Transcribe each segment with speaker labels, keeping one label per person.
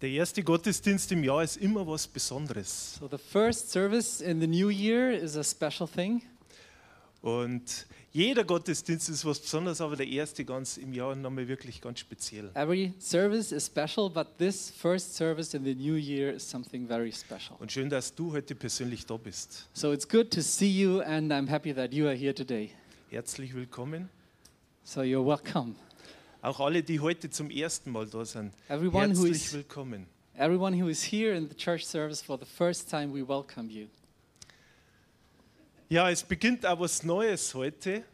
Speaker 1: Der erste Gottesdienst im Jahr ist immer was Besonderes.
Speaker 2: So the first service in the new year is a special thing.
Speaker 1: Und jeder Gottesdienst ist was Besonderes, aber der erste ganz im Jahr nochmal wirklich ganz speziell.
Speaker 2: Every service is special, but this first service in the new year is something very special.
Speaker 1: Und schön, dass du heute persönlich da bist.
Speaker 2: So it's good to see you, and I'm happy that you are here today.
Speaker 1: Herzlich willkommen.
Speaker 2: So you're welcome.
Speaker 1: Auch alle, die heute zum ersten Mal da sind.
Speaker 2: Everyone who
Speaker 1: Herzlich
Speaker 2: is-
Speaker 1: willkommen.
Speaker 2: Everyone who is here in the church service for the first time, we welcome you.
Speaker 1: Ja, es beginnt auch was Neues heute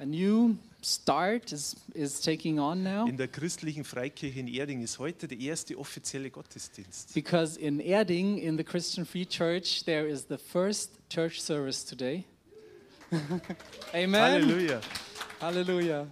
Speaker 2: A new start is, is taking on now
Speaker 1: in der christlichen Freikirche in Erding. Ist heute der erste offizielle Gottesdienst.
Speaker 2: because in Erding, in the Christian Free Church, there is the first church service today. Amen.
Speaker 1: Halleluja.
Speaker 2: Hallelujah.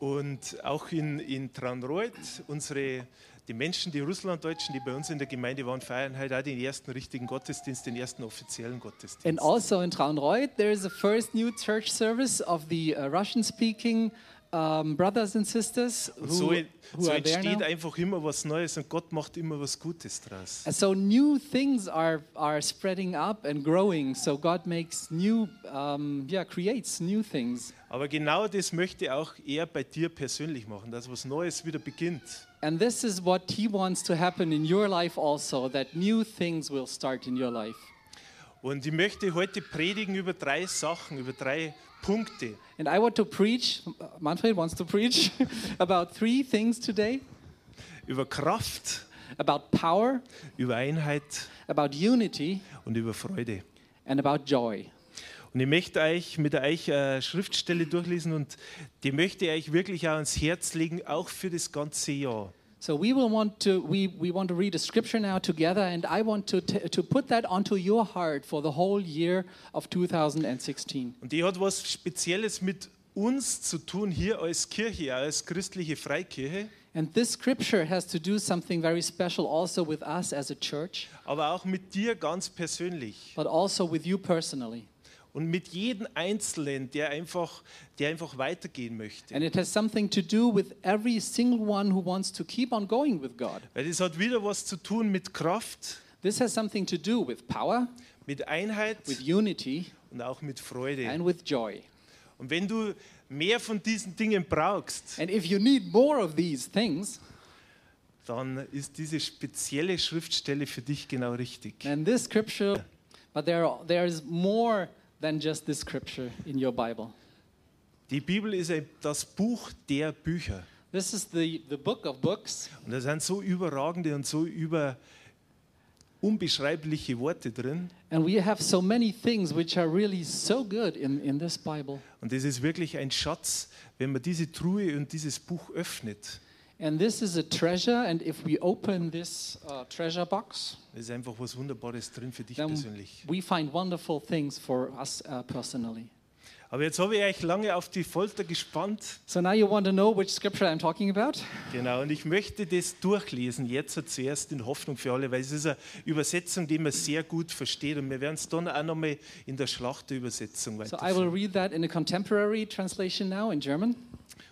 Speaker 1: Und auch in, in Tranreuth, unsere, die Menschen, die Russlanddeutschen, die bei uns in der Gemeinde waren, feiern heute auch den ersten richtigen Gottesdienst, den ersten offiziellen Gottesdienst.
Speaker 2: And also in Traunreuth, there is the first new church service of the uh, Russian speaking um, brothers and sisters who,
Speaker 1: und so,
Speaker 2: who
Speaker 1: so
Speaker 2: are there
Speaker 1: entsteht
Speaker 2: now.
Speaker 1: einfach immer was Neues und Gott macht immer was Gutes draus.
Speaker 2: And so new things are, are spreading up and growing. So God makes new, um, yeah, creates new things.
Speaker 1: Aber genau das möchte auch er bei dir persönlich machen, dass was Neues wieder beginnt.
Speaker 2: And this is what He wants to happen in your life also, that new things will start in your life.
Speaker 1: Und ich möchte heute predigen über drei Sachen, über drei Punkte.
Speaker 2: And I want to preach, Manfred wants to preach about three things today
Speaker 1: Über Kraft,
Speaker 2: about power,
Speaker 1: über Einheit
Speaker 2: about unity,
Speaker 1: und über Freude.
Speaker 2: and about joy.
Speaker 1: Und ich möchte euch mit euch eine Schriftstelle durchlesen und die möchte ich euch wirklich auch ans Herz legen, auch für das ganze Jahr.
Speaker 2: So we will want to we, we want to read a scripture now together, and I want to t- to put that onto your heart for the whole year of 2016.
Speaker 1: Und die hat was Spezielles mit uns zu tun, hier als Kirche, auch als christliche Freikirche,
Speaker 2: And this scripture has to do something very special also with us as a church,
Speaker 1: aber auch mit dir ganz persönlich
Speaker 2: but also with you personally.
Speaker 1: und mit jedem Einzelnen, der einfach, der einfach weitergehen möchte.
Speaker 2: And it has something to do with every single one who wants to keep on going with God.
Speaker 1: Weil das hat wieder was zu tun mit Kraft,
Speaker 2: This has something to do with power,
Speaker 1: mit Einheit
Speaker 2: with unity,
Speaker 1: und auch mit Freude.
Speaker 2: and with joy.
Speaker 1: Und wenn du mehr von diesen Dingen brauchst,
Speaker 2: And if you need more of these things,
Speaker 1: dann ist diese spezielle Schriftstelle für dich genau richtig.
Speaker 2: And this scripture, but there, are- there is more than just this scripture in your Bible.
Speaker 1: Die Bibel ist ein- das Buch der Bücher.
Speaker 2: This is the, the book of books,
Speaker 1: Und da sind so überragende und so über unbeschreibliche Worte drin.
Speaker 2: and we have so many things which are really so good in, in this Bible.
Speaker 1: Und das ist wirklich ein Schatz, wenn man diese Truhe und dieses Buch öffnet.
Speaker 2: And this is a treasure, and if we open this uh, treasure box,
Speaker 1: Da ist einfach was Wunderbares drin für dich
Speaker 2: then
Speaker 1: persönlich.
Speaker 2: we find wonderful things for us uh, personally.
Speaker 1: Aber jetzt habe ich euch lange auf die Folter gespannt.
Speaker 2: So now you want to know which scripture I'm talking about?
Speaker 1: Genau, und ich möchte das durchlesen, jetzt zuerst in Hoffnung für alle, weil es ist eine Übersetzung, die man sehr gut versteht. Und wir werden es dann auch nochmal in der Schlachterübersetzung
Speaker 2: So I will
Speaker 1: weiterführen.
Speaker 2: read that in a contemporary translation now in German,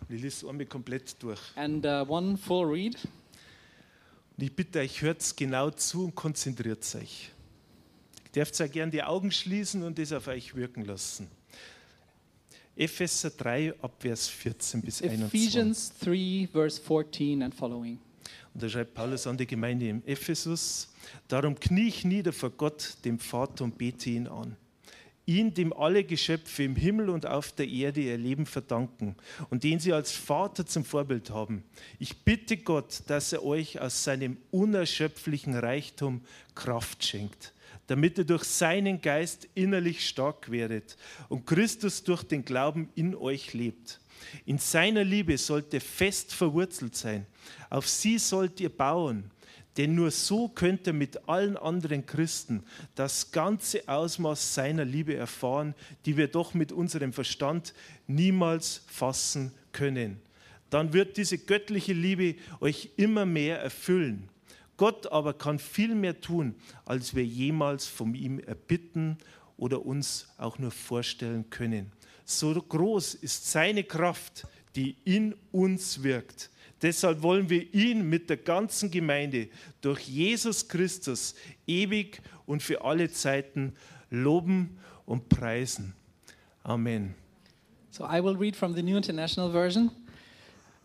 Speaker 1: Und ich lese es einmal komplett durch.
Speaker 2: and uh, one full read.
Speaker 1: Und ich bitte euch, hört genau zu und konzentriert euch. Ihr dürft auch gern die Augen schließen und das auf euch wirken lassen. Epheser 3, Abvers 14 bis 21.
Speaker 2: Ephesians 3, verse 14 and following.
Speaker 1: Und da schreibt Paulus an die Gemeinde in Ephesus: Darum knie ich nieder vor Gott, dem Vater, und bete ihn an. Ihn, dem alle Geschöpfe im Himmel und auf der Erde ihr Leben verdanken und den sie als Vater zum Vorbild haben. Ich bitte Gott, dass er euch aus seinem unerschöpflichen Reichtum Kraft schenkt, damit ihr durch seinen Geist innerlich stark werdet und Christus durch den Glauben in euch lebt. In seiner Liebe sollt ihr fest verwurzelt sein. Auf sie sollt ihr bauen. Denn nur so könnt ihr mit allen anderen Christen das ganze Ausmaß seiner Liebe erfahren, die wir doch mit unserem Verstand niemals fassen können. Dann wird diese göttliche Liebe euch immer mehr erfüllen. Gott aber kann viel mehr tun, als wir jemals von ihm erbitten oder uns auch nur vorstellen können. So groß ist seine Kraft, die in uns wirkt. Deshalb wollen wir ihn mit der ganzen Gemeinde durch Jesus Christus ewig und für alle Zeiten loben und preisen. Amen.
Speaker 2: So I will read from the New International Version.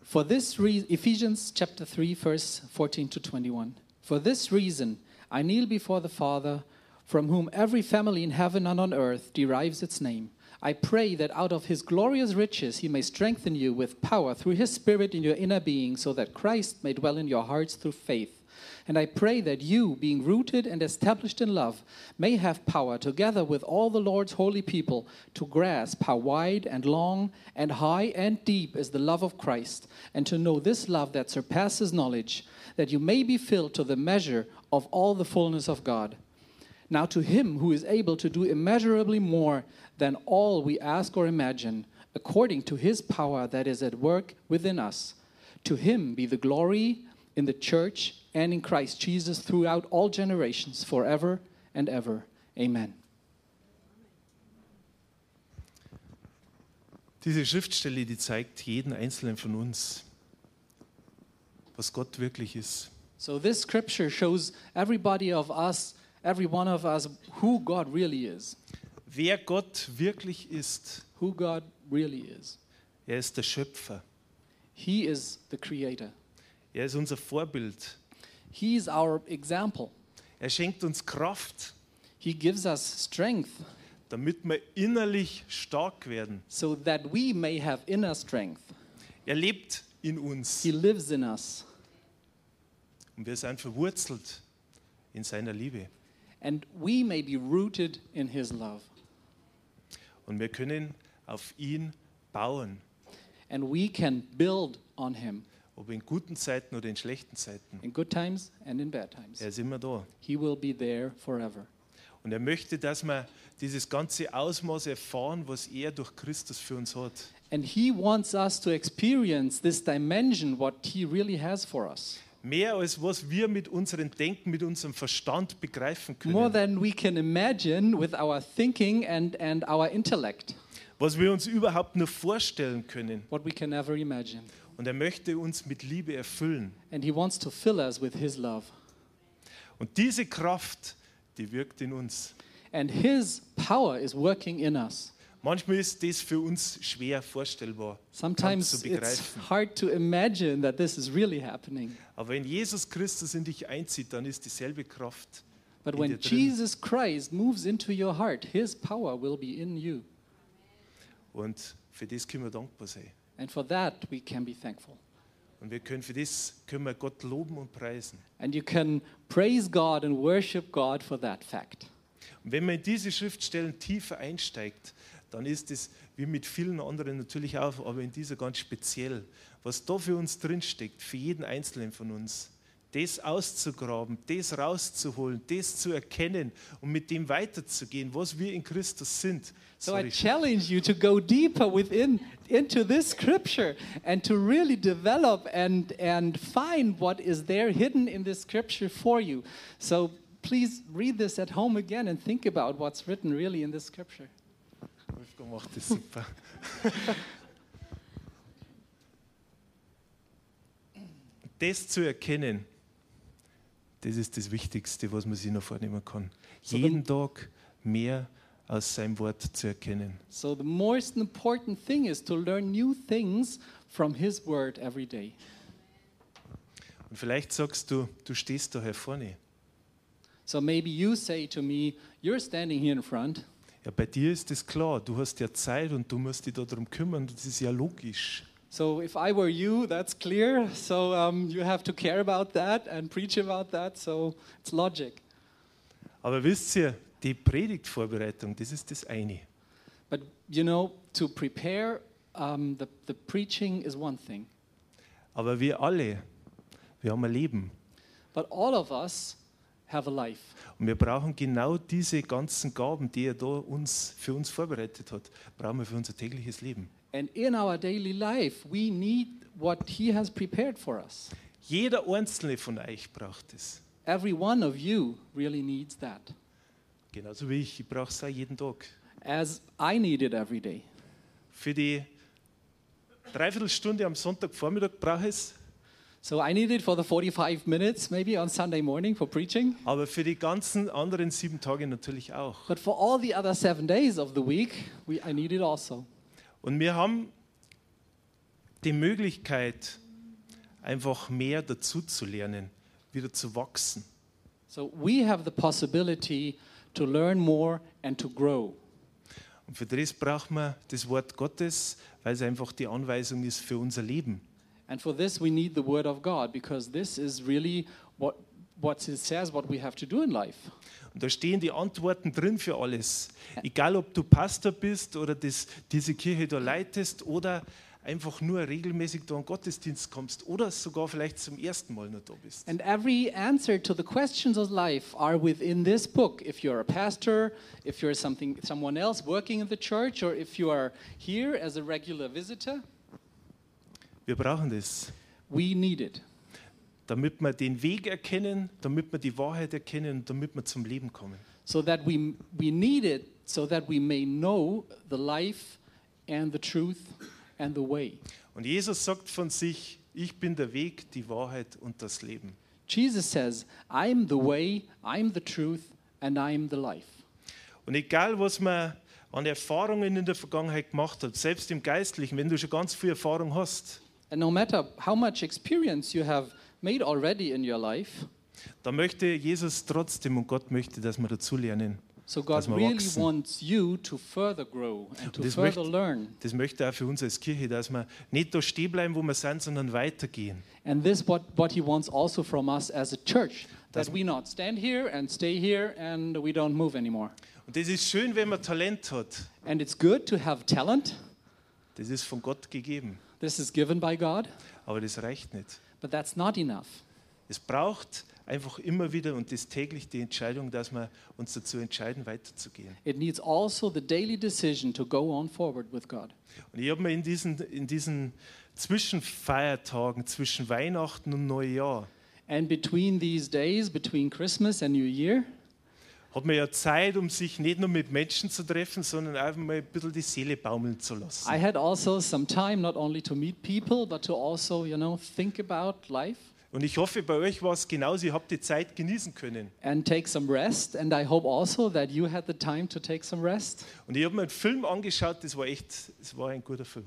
Speaker 2: For this reason, Ephesians chapter 3, verse 14 to 21. For this reason, I kneel before the Father, from whom every family in heaven and on earth derives its name. I pray that out of his glorious riches he may strengthen you with power through his Spirit in your inner being, so that Christ may dwell in your hearts through faith. And I pray that you, being rooted and established in love, may have power, together with all the Lord's holy people, to grasp how wide and long and high and deep is the love of Christ, and to know this love that surpasses knowledge, that you may be filled to the measure of all the fullness of God. Now, to him who is able to do immeasurably more than all we ask or imagine, according to his power that is at work within us, to him be the glory in the church and in Christ Jesus throughout all generations, forever and ever. Amen.
Speaker 1: Diese Schriftstelle, die zeigt jeden Einzelnen von uns, was Gott wirklich ist.
Speaker 2: So, this scripture shows everybody of us, every one of us, who God really is.
Speaker 1: Wer Gott wirklich ist,
Speaker 2: Who God really is.
Speaker 1: er ist der Schöpfer.
Speaker 2: He is the creator,
Speaker 1: Er ist unser Vorbild.
Speaker 2: He is our example.
Speaker 1: Er schenkt uns Kraft,
Speaker 2: He gives us strength
Speaker 1: damit wir innerlich stark werden.
Speaker 2: so that we may have inner strength.
Speaker 1: Er lebt in uns
Speaker 2: He lives in us,
Speaker 1: und wir sind verwurzelt in seiner Liebe.
Speaker 2: and we may be rooted in His love,
Speaker 1: Und wir können auf ihn bauen,
Speaker 2: and we can build on Him
Speaker 1: ob in guten Zeiten oder in schlechten Zeiten.
Speaker 2: in good times and in bad times.
Speaker 1: Er ist immer da.
Speaker 2: He will be there forever.
Speaker 1: Und er möchte, dass wir dieses ganze Ausmaß erfahren, was er durch Christus für uns hat.
Speaker 2: And He wants us to experience this dimension, what He really has for us,
Speaker 1: Mehr als was wir mit unserem Denken, mit unserem Verstand begreifen
Speaker 2: more
Speaker 1: können.
Speaker 2: than we can imagine with our thinking and, and our intellect,
Speaker 1: Was wir uns überhaupt nur vorstellen können.
Speaker 2: what we can never imagine.
Speaker 1: Und er möchte uns mit Liebe erfüllen.
Speaker 2: And He wants to fill us with His love.
Speaker 1: Und diese Kraft, die wirkt in uns.
Speaker 2: And His power is working in us.
Speaker 1: Manchmal ist das für uns schwer vorstellbar, kaum zu
Speaker 2: Sometimes it's
Speaker 1: begreifen.
Speaker 2: hard to imagine that this is really happening.
Speaker 1: Aber wenn Jesus Christus in dich einzieht, dann ist dieselbe Kraft.
Speaker 2: But
Speaker 1: in dir
Speaker 2: when
Speaker 1: drin.
Speaker 2: Jesus Christ moves into your heart, His power will be in you.
Speaker 1: Und für das können wir dankbar sein.
Speaker 2: And for that, we can be thankful.
Speaker 1: Und wir können für das können wir Gott loben und preisen.
Speaker 2: And you can praise God and worship God for that fact.
Speaker 1: Und wenn man in diese Schriftstellen tiefer einsteigt, dann ist es wie mit vielen anderen natürlich auch, aber in dieser ganz speziell, was da für uns drinsteckt, für jeden Einzelnen von uns, das auszugraben, das rauszuholen, das zu erkennen und mit dem weiterzugehen, was wir in Christus sind.
Speaker 2: So I
Speaker 1: Sorry.
Speaker 2: challenge you to go deeper within into this scripture and to really develop and and find what is there hidden in this scripture for you. So please read this at home again and think about what's written really in this scripture.
Speaker 1: Wolfgang macht das super. Das zu erkennen, das ist das Wichtigste, was man sich noch vornehmen kann.
Speaker 2: So
Speaker 1: Jeden Tag mehr aus seinem Wort zu erkennen.
Speaker 2: So the most important thing is to learn new things from his word every day.
Speaker 1: Und vielleicht sagst du, du stehst da hier vorne.
Speaker 2: So maybe you say to me, you're standing here in front.
Speaker 1: Ja, bei dir ist es klar, du hast ja Zeit und du musst dich darum kümmern, das ist ja logisch.
Speaker 2: So if I were you, that's clear. So um, you have to care about that and preach about that. So it's logic.
Speaker 1: Aber wisst ihr, die Predigtvorbereitung, das ist das eine.
Speaker 2: But you know, to prepare um, the, the preaching is one thing,
Speaker 1: Aber wir alle, wir haben ein Leben.
Speaker 2: But all of us have a life.
Speaker 1: Und wir brauchen genau diese ganzen Gaben, die er da uns, für uns vorbereitet hat, brauchen wir für unser tägliches Leben.
Speaker 2: And in our daily life, we need what He has prepared for us.
Speaker 1: Jeder einzelne von euch braucht es.
Speaker 2: Every one of you really needs that,
Speaker 1: Genauso wie ich, ich brauche es auch jeden Tag.
Speaker 2: as I need it every day.
Speaker 1: Für die Dreiviertelstunde am Sonntagvormittag brauche ich es,
Speaker 2: So I need it for the 45 minutes, maybe on Sunday morning for preaching.
Speaker 1: aber für die ganzen anderen sieben Tage natürlich auch.
Speaker 2: But for all the other seven days of the week, we, I need it also.
Speaker 1: Und wir haben die Möglichkeit, einfach mehr dazu zu lernen, wieder zu wachsen.
Speaker 2: So we have the possibility to learn more and to grow.
Speaker 1: Und für das braucht man das Wort Gottes, weil es einfach die Anweisung ist für unser Leben.
Speaker 2: And for this, we need the Word of God because this is really what, what it says what we have to do in life.
Speaker 1: Und da stehen die Antworten drin für alles. Egal, ob du Pastor bist oder das, diese Kirche da leitest oder einfach nur regelmäßig da in den Gottesdienst kommst oder sogar vielleicht zum ersten Mal noch da bist.
Speaker 2: And every answer to the questions of life are within this book. If you're a pastor, if you're something, someone else working in the church, or if you are here as a regular visitor,
Speaker 1: Wir brauchen das,
Speaker 2: we need it.
Speaker 1: damit wir den Weg erkennen, damit wir die Wahrheit erkennen und damit wir zum Leben kommen.
Speaker 2: So that we, we need it so that we may know the life and the truth and the way.
Speaker 1: Und Jesus sagt von sich, ich bin der Weg, die Wahrheit und das Leben.
Speaker 2: Jesus says, I'm the way, I'm the truth, and I'm the life.
Speaker 1: Und egal, was man an Erfahrungen in der Vergangenheit gemacht hat, selbst im Geistlichen, wenn du schon ganz viel Erfahrung hast,
Speaker 2: And no matter how much experience you have made already in your life,
Speaker 1: Da möchte Jesus trotzdem und Gott möchte, dass wir dazulernen.
Speaker 2: so God
Speaker 1: dass wir
Speaker 2: really
Speaker 1: wachsen.
Speaker 2: wants you to further grow and to
Speaker 1: Das
Speaker 2: further
Speaker 1: möchte-
Speaker 2: learn.
Speaker 1: Das möchte auch für uns als Kirche, dass wir nicht da stehen bleiben, wo wir sind, sondern weitergehen.
Speaker 2: And this what what He wants also from us as a church that we not stand here and stay here and we don't move anymore.
Speaker 1: Und das ist schön, wenn man Talent hat.
Speaker 2: And it's good to have talent.
Speaker 1: Das ist von Gott gegeben.
Speaker 2: This is given by God,
Speaker 1: Aber das reicht nicht.
Speaker 2: but that's not enough.
Speaker 1: Es braucht einfach immer wieder und das täglich die Entscheidung, dass wir uns dazu entscheiden, weiterzugehen.
Speaker 2: It needs also the daily decision to go on forward with God.
Speaker 1: Und ich habe mir in diesen, in diesen Zwischenfeiertagen, zwischen Weihnachten und Neujahr,
Speaker 2: And between these days, between Christmas and New Year,
Speaker 1: hat man ja Zeit, um sich nicht nur mit Menschen zu treffen, sondern einfach mal ein bisschen die Seele baumeln zu lassen.
Speaker 2: I had also some time not only to meet people, but to also, you know, think about life
Speaker 1: Und ich hoffe, bei euch war es genauso. Ihr habt die Zeit genießen können.
Speaker 2: and take some rest. And I hope also that you had the time to take some rest.
Speaker 1: Und ich habe mir einen Film angeschaut, das war echt, es war ein guter Film.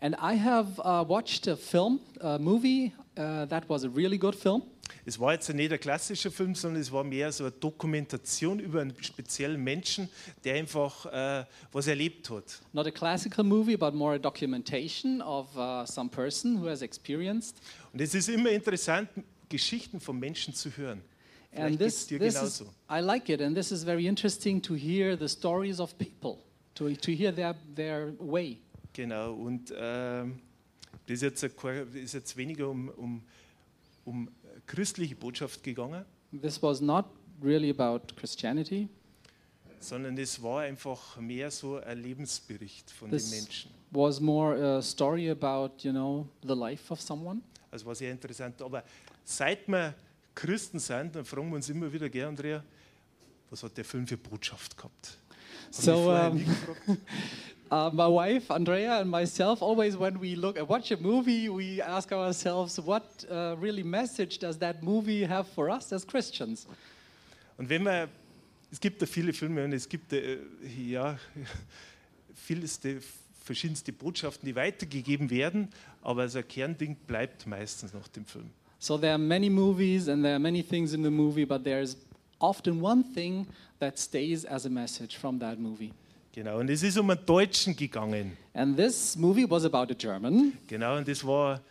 Speaker 2: And I have uh, watched a film, a movie uh, that was a really good film.
Speaker 1: Es war jetzt nicht ein klassischer Film, sondern es war mehr so eine Dokumentation über einen speziellen Menschen, der einfach äh, was erlebt hat.
Speaker 2: Not a classical movie, but more a documentation of uh, some person who has experienced.
Speaker 1: Und es ist immer interessant, Geschichten von Menschen zu hören. Vielleicht
Speaker 2: And
Speaker 1: geht's
Speaker 2: this,
Speaker 1: dir
Speaker 2: this is,
Speaker 1: genauso.
Speaker 2: I like it, and this is very interesting to hear the stories of people, to, to hear their, their way.
Speaker 1: Genau, und ähm, das ist jetzt, ein kein- das ist jetzt weniger um, um, um christliche Botschaft gegangen,
Speaker 2: This was not really about Christianity.
Speaker 1: sondern es war einfach mehr so ein Lebensbericht von
Speaker 2: Das-
Speaker 1: den Menschen.
Speaker 2: was more a story about you know the life of someone
Speaker 1: Das Also war sehr interessant. Aber seit wir Christen sind, dann fragen wir uns immer wieder, gell, Andrea, was hat der Film für Botschaft gehabt? Hab ich
Speaker 2: So,
Speaker 1: vorher
Speaker 2: ähm,
Speaker 1: nie gefragt.
Speaker 2: uh, my wife andrea and myself always when we look and watch a movie we ask ourselves what uh, really message does that movie have for us as christians
Speaker 1: Und wenn man, es gibt da viele Filme und es gibt äh, ja vieleste, verschiedenste Botschaften, die weitergegeben werden, aber so ein Kernding bleibt meistens nach dem Film.
Speaker 2: so there are many movies and there are many things in the movie but there's often one thing that stays as a message from that movie
Speaker 1: Genau, und es ist um einen Deutschen gegangen.
Speaker 2: and this movie was about a german
Speaker 1: Genau, und das war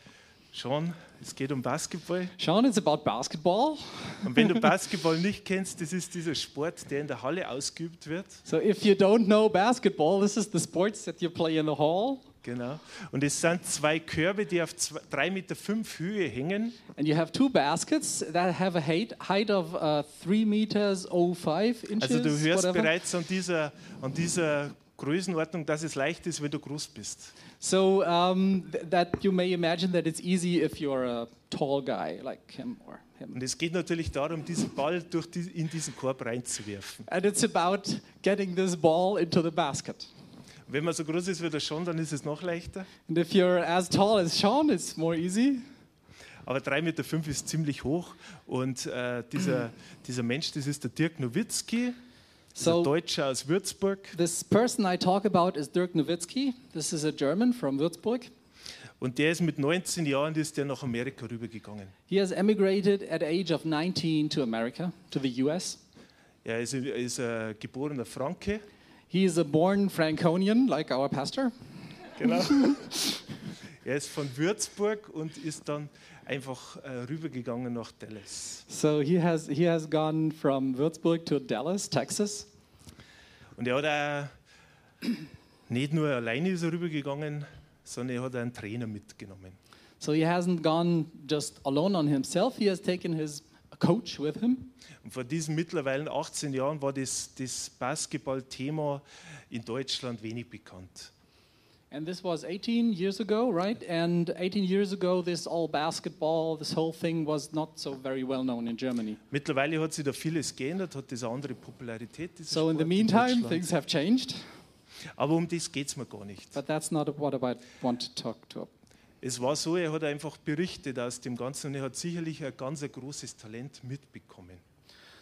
Speaker 1: schon, es geht um Basketball.
Speaker 2: sean it's about basketball
Speaker 1: Und wenn du Basketball nicht kennst, das ist dieser Sport, der in der Halle ausgeübt wird.
Speaker 2: so if you don't know basketball this is the sports that you play in the hall
Speaker 1: Genau. Und es sind zwei Körbe, die auf 3,5 Meter fünf Höhe hängen.
Speaker 2: And you have two baskets that have a height, height of uh, 3 meters 05 inches.
Speaker 1: Also du hörst
Speaker 2: whatever.
Speaker 1: bereits an dieser, an dieser Größenordnung, dass es leicht ist, wenn du groß bist.
Speaker 2: So um, th- that you may imagine that it's easy if you're a tall guy like him or him.
Speaker 1: Und es geht natürlich darum, diesen Ball durch die, in diesen Korb reinzuwerfen.
Speaker 2: And it's about getting this ball into the basket.
Speaker 1: Wenn man so groß ist wie der Sean, dann ist es noch leichter.
Speaker 2: And if you're as tall as Sean, it's more easy.
Speaker 1: Aber 3,5 Meter fünf ist ziemlich hoch. Und äh, dieser, dieser Mensch, das ist der Dirk Nowitzki, so. ein
Speaker 2: So
Speaker 1: Deutscher aus Würzburg.
Speaker 2: this person I talk about is Dirk Nowitzki. This is a German from Würzburg.
Speaker 1: Und der ist mit 19 Jahren ist der nach Amerika rübergegangen.
Speaker 2: He has emigrated at age of 19 to America, to the US.
Speaker 1: Er ist, er ist ein geborener Franke.
Speaker 2: He is a born Franconian, like our pastor.
Speaker 1: Genau. er ist von Würzburg und ist dann einfach äh, rübergegangen nach Dallas.
Speaker 2: So he has, he has gone from Würzburg to Dallas, Texas.
Speaker 1: Und er hat auch nicht nur alleine ist er rübergegangen, sondern er hat auch einen Trainer mitgenommen.
Speaker 2: So he hasn't gone just alone on himself. He has taken his coach with him.
Speaker 1: Und vor diesen mittlerweile 18 Jahren war das, das Basketball-Thema in Deutschland wenig bekannt.
Speaker 2: And this was 18 years ago, right? And 18 years ago, this all basketball, this whole thing was not so very well known in Germany.
Speaker 1: Mittlerweile hat sich da vieles geändert, hat diese andere Popularität. dieses
Speaker 2: So in
Speaker 1: Sport
Speaker 2: the
Speaker 1: in
Speaker 2: meantime,
Speaker 1: Deutschland.
Speaker 2: things have changed.
Speaker 1: Aber um das geht es mir gar nicht.
Speaker 2: But that's not what I want to talk to.
Speaker 1: Es war so, er hat einfach berichtet aus dem Ganzen und er hat sicherlich ein ganz ein großes Talent mitbekommen.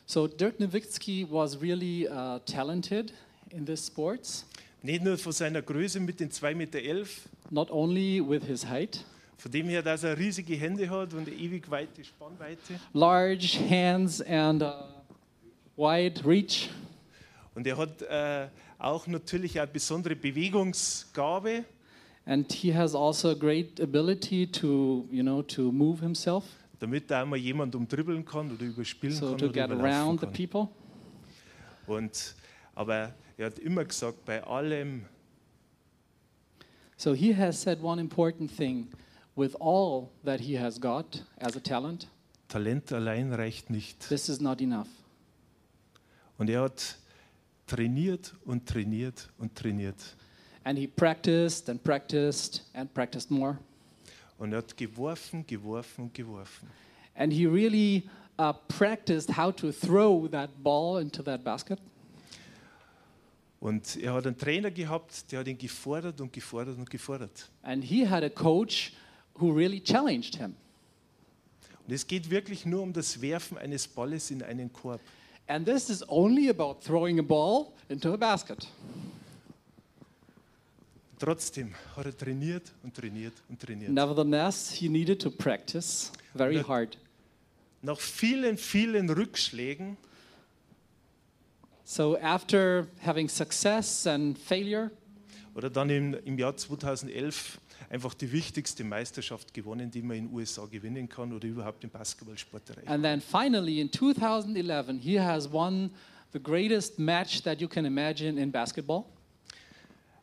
Speaker 2: So Dirk Nowitzki was really uh, talented in this sports,
Speaker 1: Nicht nur von seiner Größe mit den 2,11 Meter,
Speaker 2: not only with his height,
Speaker 1: von dem her, dass er riesige Hände hat und eine ewig weite Spannweite.
Speaker 2: large hands and uh, wide reach.
Speaker 1: Und er hat äh, auch natürlich eine besondere Bewegungsgabe.
Speaker 2: And he has also a great ability to, you know, to move himself,
Speaker 1: damit da einmal jemand umdribbeln kann oder überspielen
Speaker 2: so
Speaker 1: kann
Speaker 2: to
Speaker 1: oder
Speaker 2: get around the
Speaker 1: überlaufen kann.
Speaker 2: people.
Speaker 1: Und, aber er hat immer gesagt, bei allem,
Speaker 2: So he has said one important thing with all that he has got as a talent,
Speaker 1: Talent allein reicht nicht.
Speaker 2: this is not enough.
Speaker 1: Und er hat trainiert und trainiert und trainiert.
Speaker 2: And he practiced and practiced and practiced more.
Speaker 1: Und er hat geworfen, geworfen und geworfen.
Speaker 2: And he really uh, practiced how to throw that ball into that basket.
Speaker 1: Und er hat einen Trainer gehabt, der hat ihn gefordert und gefordert und gefordert.
Speaker 2: And he had a coach who really challenged him.
Speaker 1: Und es geht wirklich nur um das Werfen eines Balles in einen Korb.
Speaker 2: And this is only about throwing a ball into a basket.
Speaker 1: Trotzdem hat er trainiert und trainiert und trainiert.
Speaker 2: Nevertheless, he needed to practice very
Speaker 1: That-
Speaker 2: hard.
Speaker 1: Nach vielen, vielen Rückschlägen
Speaker 2: So after having success and failure,
Speaker 1: Oder dann im, im Jahr 2011 einfach die wichtigste Meisterschaft gewonnen, die man in den USA gewinnen kann oder überhaupt im Basketballsport erreicht.
Speaker 2: and then finally in 2011, he has won the greatest match that you can imagine in basketball.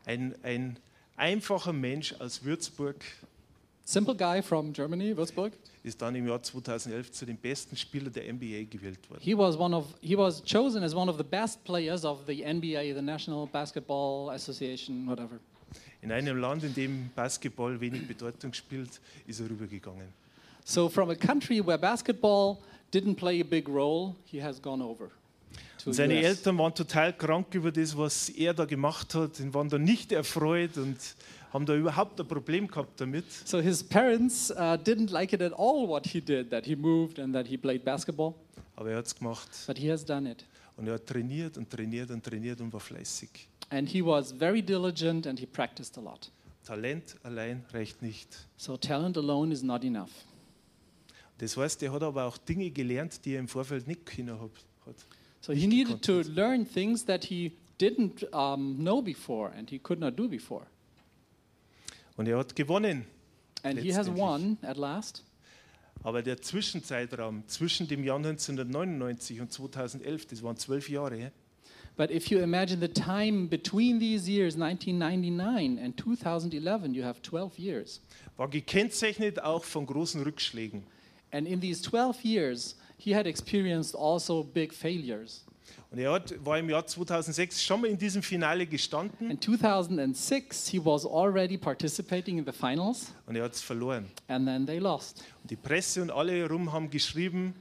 Speaker 1: Ein, ein einfacher Mensch aus Würzburg
Speaker 2: Simple guy from Germany, Würzburg.
Speaker 1: ist dann im Jahr 2011 zu den besten Spielern der NBA gewählt worden.
Speaker 2: He was one of he was chosen as one of the best players of the NBA, the National Basketball Association, whatever.
Speaker 1: In einem Land, in dem Basketball wenig Bedeutung spielt, ist er rübergegangen.
Speaker 2: So from a country where basketball didn't play a big role, he has gone over to
Speaker 1: Und seine
Speaker 2: US.
Speaker 1: Eltern waren total krank über das, was er da gemacht hat und waren da nicht erfreut und haben da überhaupt ein Problem gehabt damit.
Speaker 2: So his parents uh, didn't like it at all what he did, that he moved and that he played basketball,
Speaker 1: Aber er hat es gemacht.
Speaker 2: but he has done it.
Speaker 1: Und er hat trainiert und trainiert und trainiert und war fleißig.
Speaker 2: And he was very diligent and he practiced a lot.
Speaker 1: Talent allein reicht nicht.
Speaker 2: So talent alone is not enough.
Speaker 1: Das heißt, er hat aber auch Dinge gelernt, die er im Vorfeld nicht können hab- hat.
Speaker 2: So he needed to learn things that he didn't um, know before and he could not do before.
Speaker 1: Und er hat gewonnen.
Speaker 2: And he has
Speaker 1: Letztendlich.
Speaker 2: won at last.
Speaker 1: Aber der Zwischenzeitraum zwischen dem Jahr 1999 und 2011, das waren zwölf Jahre,
Speaker 2: But if you imagine the time between these years, 1999 and 2011, you have 12 years.
Speaker 1: War gekennzeichnet auch von großen Rückschlägen.
Speaker 2: And in these 12 years, he had experienced also big failures.
Speaker 1: Und er hat, war im Jahr 2006 schon mal in diesem Finale gestanden
Speaker 2: In 2006, he was already participating in the finals,
Speaker 1: und er hat es verloren.
Speaker 2: and then they lost.
Speaker 1: Und die Presse und alle herum haben geschrieben,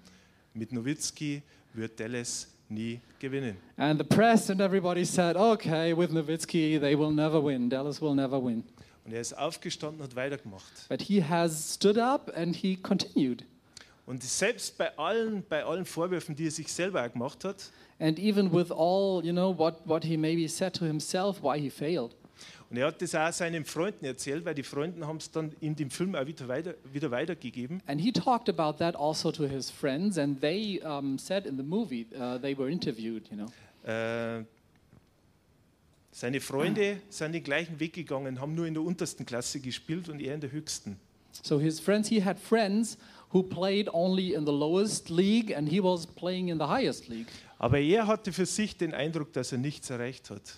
Speaker 1: mit Nowitzki wird Dallas nie gewinnen.
Speaker 2: And the press and everybody said, okay, with Nowitzki, they will never win. Dallas will never win.
Speaker 1: Und er ist aufgestanden und hat weitergemacht.
Speaker 2: But he has stood up and he continued.
Speaker 1: Und selbst bei allen, bei allen Vorwürfen, die er sich selber auch gemacht hat,
Speaker 2: And even with all, you know, what, what he maybe said to himself, why he failed.
Speaker 1: und er hat das auch seinen Freunden erzählt, weil die Freunden haben es dann in dem Film auch wieder, weiter, wieder weitergegeben.
Speaker 2: And he talked about that also to his friends, and they um, said in the movie, uh, they were interviewed, you know.
Speaker 1: Äh, seine Freunde sind den gleichen Weg gegangen, haben nur in der untersten Klasse gespielt und er in der höchsten.
Speaker 2: So his friends, he had friends who played only in the lowest league, and he was playing in the highest league.
Speaker 1: Aber er hatte für sich den Eindruck, dass er nichts erreicht hat.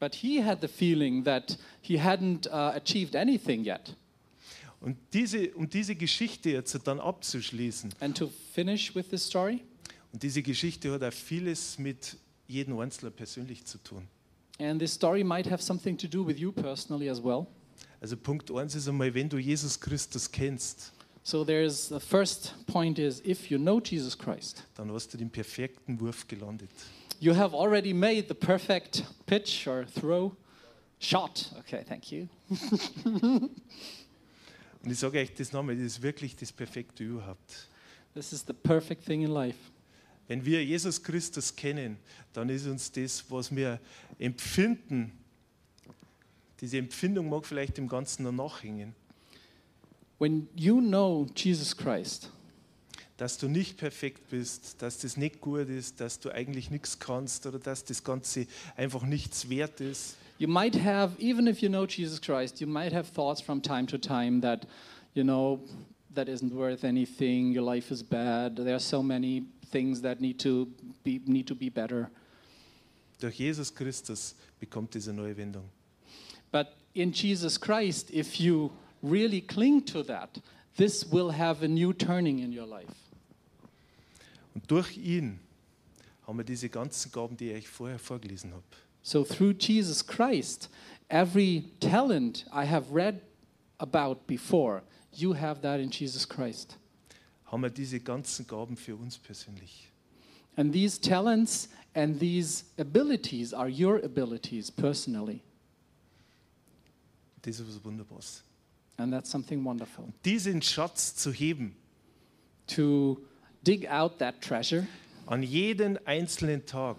Speaker 2: But he had the feeling that he hadn't uh, achieved anything yet.
Speaker 1: Und diese, um diese Geschichte jetzt dann abzuschließen,
Speaker 2: And to finish with this story,
Speaker 1: und diese Geschichte hat auch vieles mit jedem Einzelnen persönlich zu tun.
Speaker 2: and this story might have something to do with you personally as well.
Speaker 1: Also Punkt 1 ist einmal, wenn du Jesus Christus kennst,
Speaker 2: So there's the first point is if you know Jesus Christ,
Speaker 1: dann hast du den perfekten Wurf gelandet.
Speaker 2: you have already made the perfect pitch or throw shot. Okay, thank you.
Speaker 1: Und ich sage euch das nochmal, das ist wirklich das Perfekte überhaupt.
Speaker 2: This is the perfect thing in life.
Speaker 1: Wenn wir Jesus Christus kennen, dann ist uns das, was wir empfinden, diese Empfindung mag vielleicht dem Ganzen noch nachhängen,
Speaker 2: When you know Jesus Christ,
Speaker 1: dass du nicht perfekt bist, dass das nicht gut ist, dass du eigentlich nichts kannst oder dass das Ganze einfach nichts wert ist.
Speaker 2: you might have even if you know Jesus Christ, you might have thoughts from time to time that you know that isn't worth anything, your life is bad, there are so many things that need to be need to be better.
Speaker 1: Durch Jesus Christus bekommt diese neue Wendung.
Speaker 2: But in Jesus Christ, if you really cling to that, this will have a new turning in your life.
Speaker 1: Und durch ihn haben wir diese ganzen Gaben, die ich euch vorher vorgelesen habe.
Speaker 2: So through Jesus Christ, every talent I have read about before, you have that in Jesus Christ.
Speaker 1: haben wir diese ganzen Gaben für uns persönlich.
Speaker 2: And these talents and these abilities are your abilities personally.
Speaker 1: Das ist was Wunderbares.
Speaker 2: And that's something wonderful.
Speaker 1: Diesen Schatz zu heben,
Speaker 2: To dig out that treasure
Speaker 1: an jeden einzelnen Tag,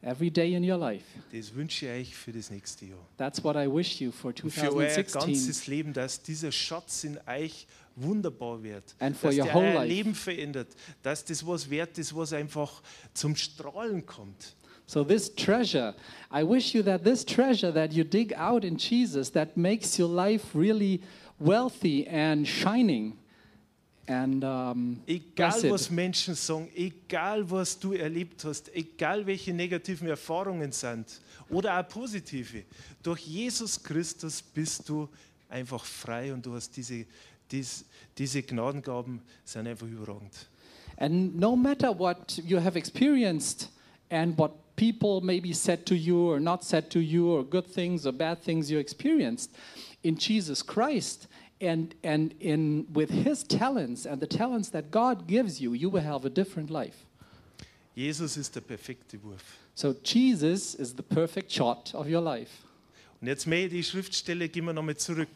Speaker 2: every day in your life.
Speaker 1: das wünsche ich euch für das nächste Jahr.
Speaker 2: That's what I wish you for
Speaker 1: Und für euer
Speaker 2: 2016.
Speaker 1: ganzes Leben, dass dieser Schatz in euch wunderbar wird.
Speaker 2: And for
Speaker 1: dass
Speaker 2: your
Speaker 1: der
Speaker 2: whole
Speaker 1: euer
Speaker 2: life.
Speaker 1: Leben verändert. Dass das was wert ist, was einfach zum Strahlen kommt.
Speaker 2: So, this treasure, I wish you that this treasure that you dig out in Jesus that makes your life really wealthy and shining and um,
Speaker 1: Egal
Speaker 2: blessed.
Speaker 1: was Menschen sagen, egal was du erlebt hast, egal welche negativen Erfahrungen sind oder auch positive, durch Jesus Christus bist du einfach frei und du hast diese, dies, diese Gnadengaben sind einfach überragend.
Speaker 2: And no matter what you have experienced and what people maybe said to you or not said to you or good things or bad things you experienced in Jesus Christ and and in with his talents and the talents that God gives you you will have a different life.
Speaker 1: Jesus ist der perfekte Wurf.
Speaker 2: So Jesus is the perfect shot of your life.
Speaker 1: Und jetzt mehr die Schriftstelle, gehen wir nochmal zurück,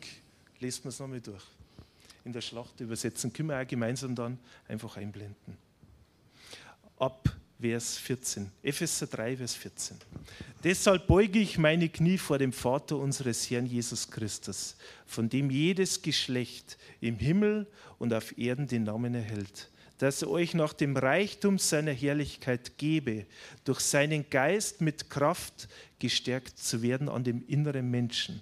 Speaker 1: lesen wir es nochmal durch. In der Schlacht übersetzen, können wir auch gemeinsam dann einfach einblenden. Ab Vers 14, Epheser 3, Vers 14. Deshalb beuge ich meine Knie vor dem Vater unseres Herrn Jesus Christus, von dem jedes Geschlecht im Himmel und auf Erden den Namen erhält, dass er euch nach dem Reichtum seiner Herrlichkeit gebe, durch seinen Geist mit Kraft gestärkt zu werden an dem inneren Menschen,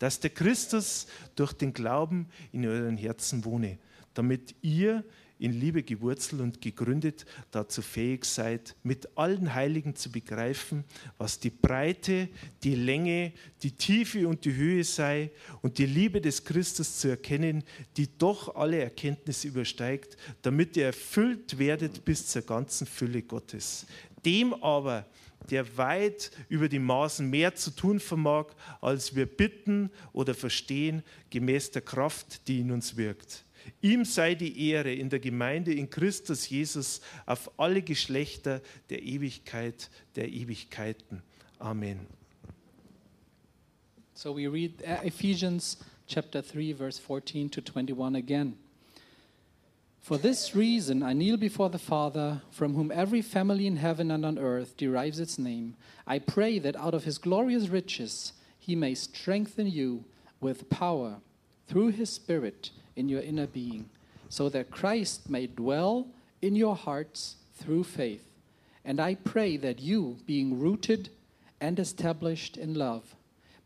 Speaker 1: dass der Christus durch den Glauben in euren Herzen wohne, damit ihr in Liebe gewurzelt und gegründet dazu fähig seid, mit allen Heiligen zu begreifen, was die Breite, die Länge, die Tiefe und die Höhe sei und die Liebe des Christus zu erkennen, die doch alle Erkenntnis übersteigt, damit ihr erfüllt werdet bis zur ganzen Fülle Gottes. Dem aber, der weit über die Maßen mehr zu tun vermag, als wir bitten oder verstehen, gemäß der Kraft, die in uns wirkt. Ihm sei die Ehre in der Gemeinde in Christus Jesus auf alle Geschlechter der Ewigkeit der Ewigkeiten. Amen.
Speaker 2: So we read uh, Ephesians chapter 3, verse 14 to 21 again. For this reason, I kneel before the Father, from whom every family in heaven and on earth derives its name. I pray that out of his glorious riches he may strengthen you with power through his Spirit in your inner being, so that Christ may dwell in your hearts through faith. And I pray that you, being rooted and established in love,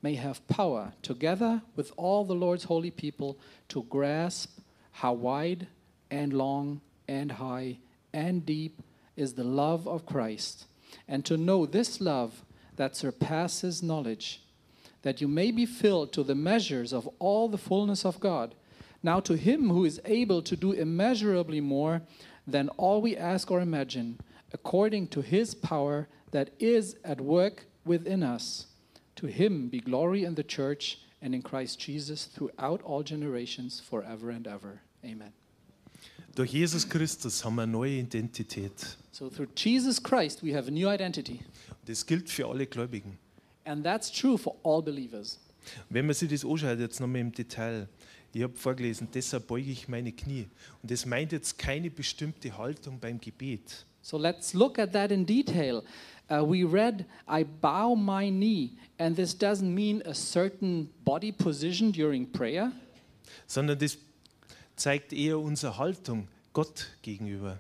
Speaker 2: may have power, together with all the Lord's holy people, to grasp how wide and long and high and deep is the love of Christ, and to know this love that surpasses knowledge, that you may be filled to the measures of all the fullness of God. Now, to Him who is able to do immeasurably more than all we ask or imagine, according to His power that is at work within us, to Him be glory in the church and in Christ Jesus throughout all generations, forever and ever. Amen.
Speaker 1: Durch Jesus Christus haben wir eine neue Identität.
Speaker 2: So through Jesus Christ, we have a new identity.
Speaker 1: Das gilt für alle Gläubigen.
Speaker 2: And that's true for all believers.
Speaker 1: Wenn man sich das anschaut, jetzt nochmal im Detail. Ich habe vorgelesen, deshalb beuge ich meine Knie. Und das meint jetzt keine bestimmte Haltung beim Gebet.
Speaker 2: So let's look at that in detail. Uh, we read, I bow my knee, and this doesn't mean a certain body position during prayer,
Speaker 1: sondern das zeigt eher unsere Haltung Gott gegenüber,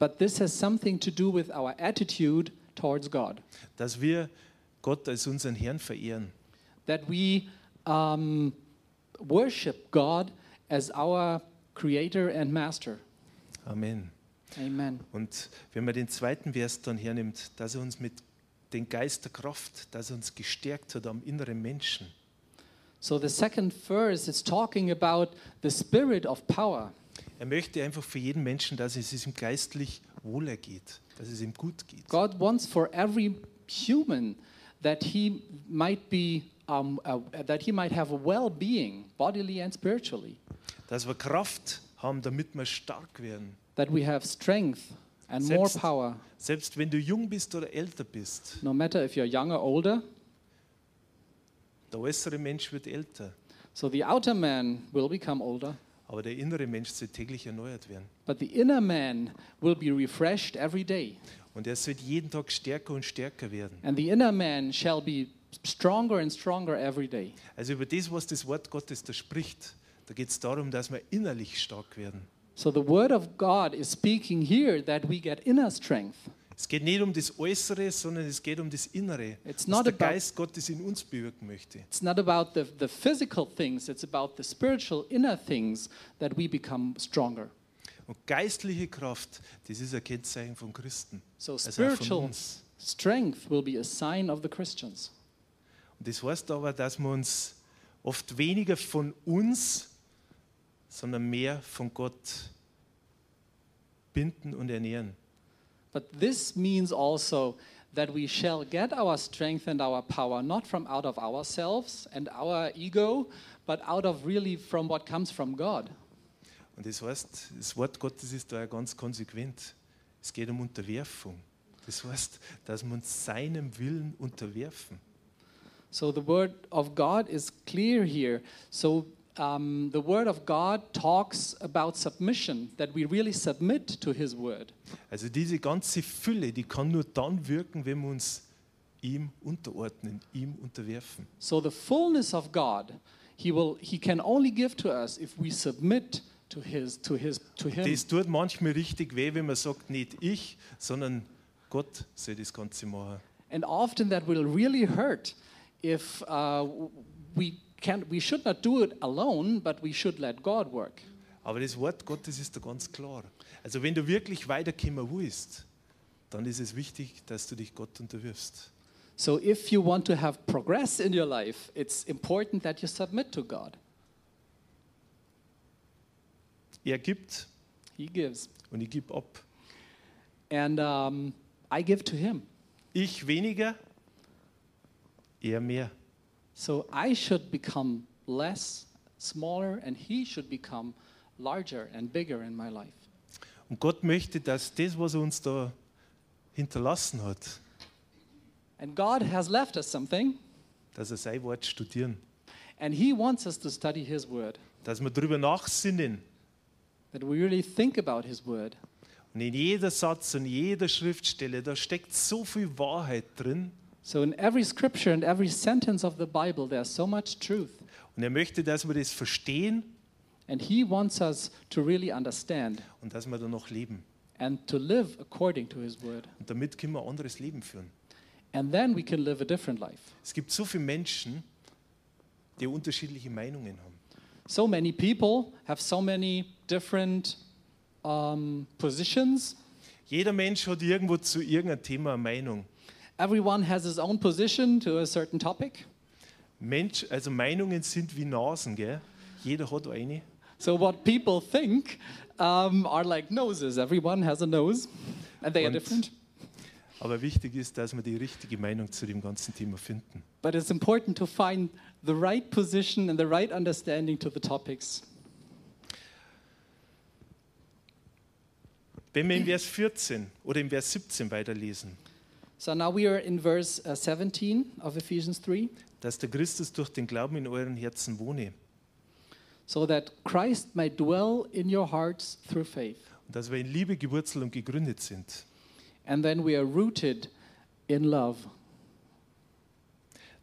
Speaker 2: but this has something to do with our attitude towards God.
Speaker 1: dass wir Gott als unseren Herrn verehren.
Speaker 2: That we um, worship God as our creator and master.
Speaker 1: Amen.
Speaker 2: Amen.
Speaker 1: Und wenn man den zweiten Vers dann hernimmt, dass er uns mit dem Geist der Kraft, dass er uns gestärkt hat am inneren Menschen.
Speaker 2: So the second verse is talking about the spirit of power.
Speaker 1: Er möchte einfach für jeden Menschen, dass es ihm geistlich wohler geht, dass es ihm gut geht.
Speaker 2: God wants for every human that he might be um, uh, that he might have a well-being, bodily and spiritually,
Speaker 1: Dass wir Kraft haben, damit wir stark werden.
Speaker 2: that we have strength and more
Speaker 1: Selbst-
Speaker 2: power.
Speaker 1: Selbst wenn du jung bist oder älter bist,
Speaker 2: No matter if you're young or older.
Speaker 1: der äußere Mensch wird älter,
Speaker 2: So the outer man will become older,
Speaker 1: aber der innere Mensch soll täglich erneuert werden.
Speaker 2: but the inner man will be refreshed every day,
Speaker 1: Und er wird jeden Tag stärker und stärker werden.
Speaker 2: and the inner man shall be stronger and stronger every day.
Speaker 1: Also über das, was das Wort Gottes da spricht, da geht es darum, dass wir innerlich stark werden.
Speaker 2: So the word of God is speaking here that we get inner strength.
Speaker 1: Es geht nicht um das Äußere, sondern es geht um das Innere,
Speaker 2: It's
Speaker 1: was
Speaker 2: not
Speaker 1: der
Speaker 2: about-
Speaker 1: Geist Gottes in uns bewirken möchte.
Speaker 2: It's not about the, the physical things, it's about the spiritual inner things that we become stronger.
Speaker 1: Und geistliche Kraft, das ist ein Kennzeichen von Christen.
Speaker 2: So
Speaker 1: also auch
Speaker 2: spiritual-
Speaker 1: von uns.
Speaker 2: Strength will be a sign of the Christians.
Speaker 1: Und das heißt aber, dass wir uns oft weniger von uns, sondern mehr von Gott binden und ernähren.
Speaker 2: But this means also that we shall get our strength and our power not from out of ourselves and our ego, but out of really from what comes from God.
Speaker 1: Und das heißt, das Wort Gottes ist da ja ganz konsequent. Es geht um Unterwerfung. Das heißt, dass wir uns seinem Willen unterwerfen.
Speaker 2: So the word of God is clear here. So um, the word of God talks about submission, that we really submit to his word.
Speaker 1: Also diese ganze Fülle, die kann nur dann wirken, wenn wir uns ihm unterordnen, ihm unterwerfen.
Speaker 2: So the fullness of God, he will he can only give to us if we submit to his to his to him.
Speaker 1: Das tut manchmal richtig weh, wenn man sagt, nicht ich, sondern Gott soll das Ganze machen.
Speaker 2: And often that will really hurt if uh, we can't, we should not do it alone, but we should let God work.
Speaker 1: Aber das Wort Gottes ist da ganz klar. Also wenn du wirklich weiterkommen willst, dann ist es wichtig, dass du dich Gott unterwirfst.
Speaker 2: So if you want to have progress in your life, it's important that you submit to God.
Speaker 1: Er gibt
Speaker 2: He gives.
Speaker 1: und ich gebe ab.
Speaker 2: And um, I give to Him.
Speaker 1: Ich weniger, er mehr.
Speaker 2: So I should become less, smaller, and He should become larger and bigger in my life.
Speaker 1: Und Gott möchte, dass das, was er uns da hinterlassen hat,
Speaker 2: And God has left us something,
Speaker 1: dass er sein Wort studieren,
Speaker 2: and He wants us to study His Word,
Speaker 1: dass wir darüber nachsinnen
Speaker 2: that we really think about His Word.
Speaker 1: Und in jeder Satz und jeder Schriftstelle, da steckt so viel Wahrheit drin.
Speaker 2: So in every scripture and every sentence of the Bible, there's so much truth.
Speaker 1: Und er möchte, dass wir das verstehen
Speaker 2: And He wants us to really understand
Speaker 1: und dass wir danach leben.
Speaker 2: and to live according to His Word.
Speaker 1: Und damit können wir ein anderes Leben führen.
Speaker 2: And then we can live a different life.
Speaker 1: Es gibt so viele Menschen, die unterschiedliche Meinungen haben.
Speaker 2: So many people have so many different um, positions.
Speaker 1: Jeder Mensch hat irgendwo zu irgendeinem Thema eine Meinung.
Speaker 2: Everyone has his own position to a certain topic.
Speaker 1: Mensch, also Meinungen sind wie Nasen, gell? Jeder hat eine.
Speaker 2: So what people think um, are like noses. Everyone has a nose, and they are
Speaker 1: Und-
Speaker 2: different.
Speaker 1: Aber wichtig ist, dass wir die richtige Meinung zu dem ganzen Thema finden.
Speaker 2: But it's important to find the right position and the right understanding to the topics.
Speaker 1: Wenn wir in Vers 14 oder in Vers 17 weiterlesen,
Speaker 2: So now we are in verse uh, 17 of Ephesians 3.
Speaker 1: dass der Christus durch den Glauben in euren Herzen wohne.
Speaker 2: So that Christ may dwell in your hearts through faith.
Speaker 1: und dass wir in Liebe gewurzelt und gegründet sind.
Speaker 2: And then we are rooted in love.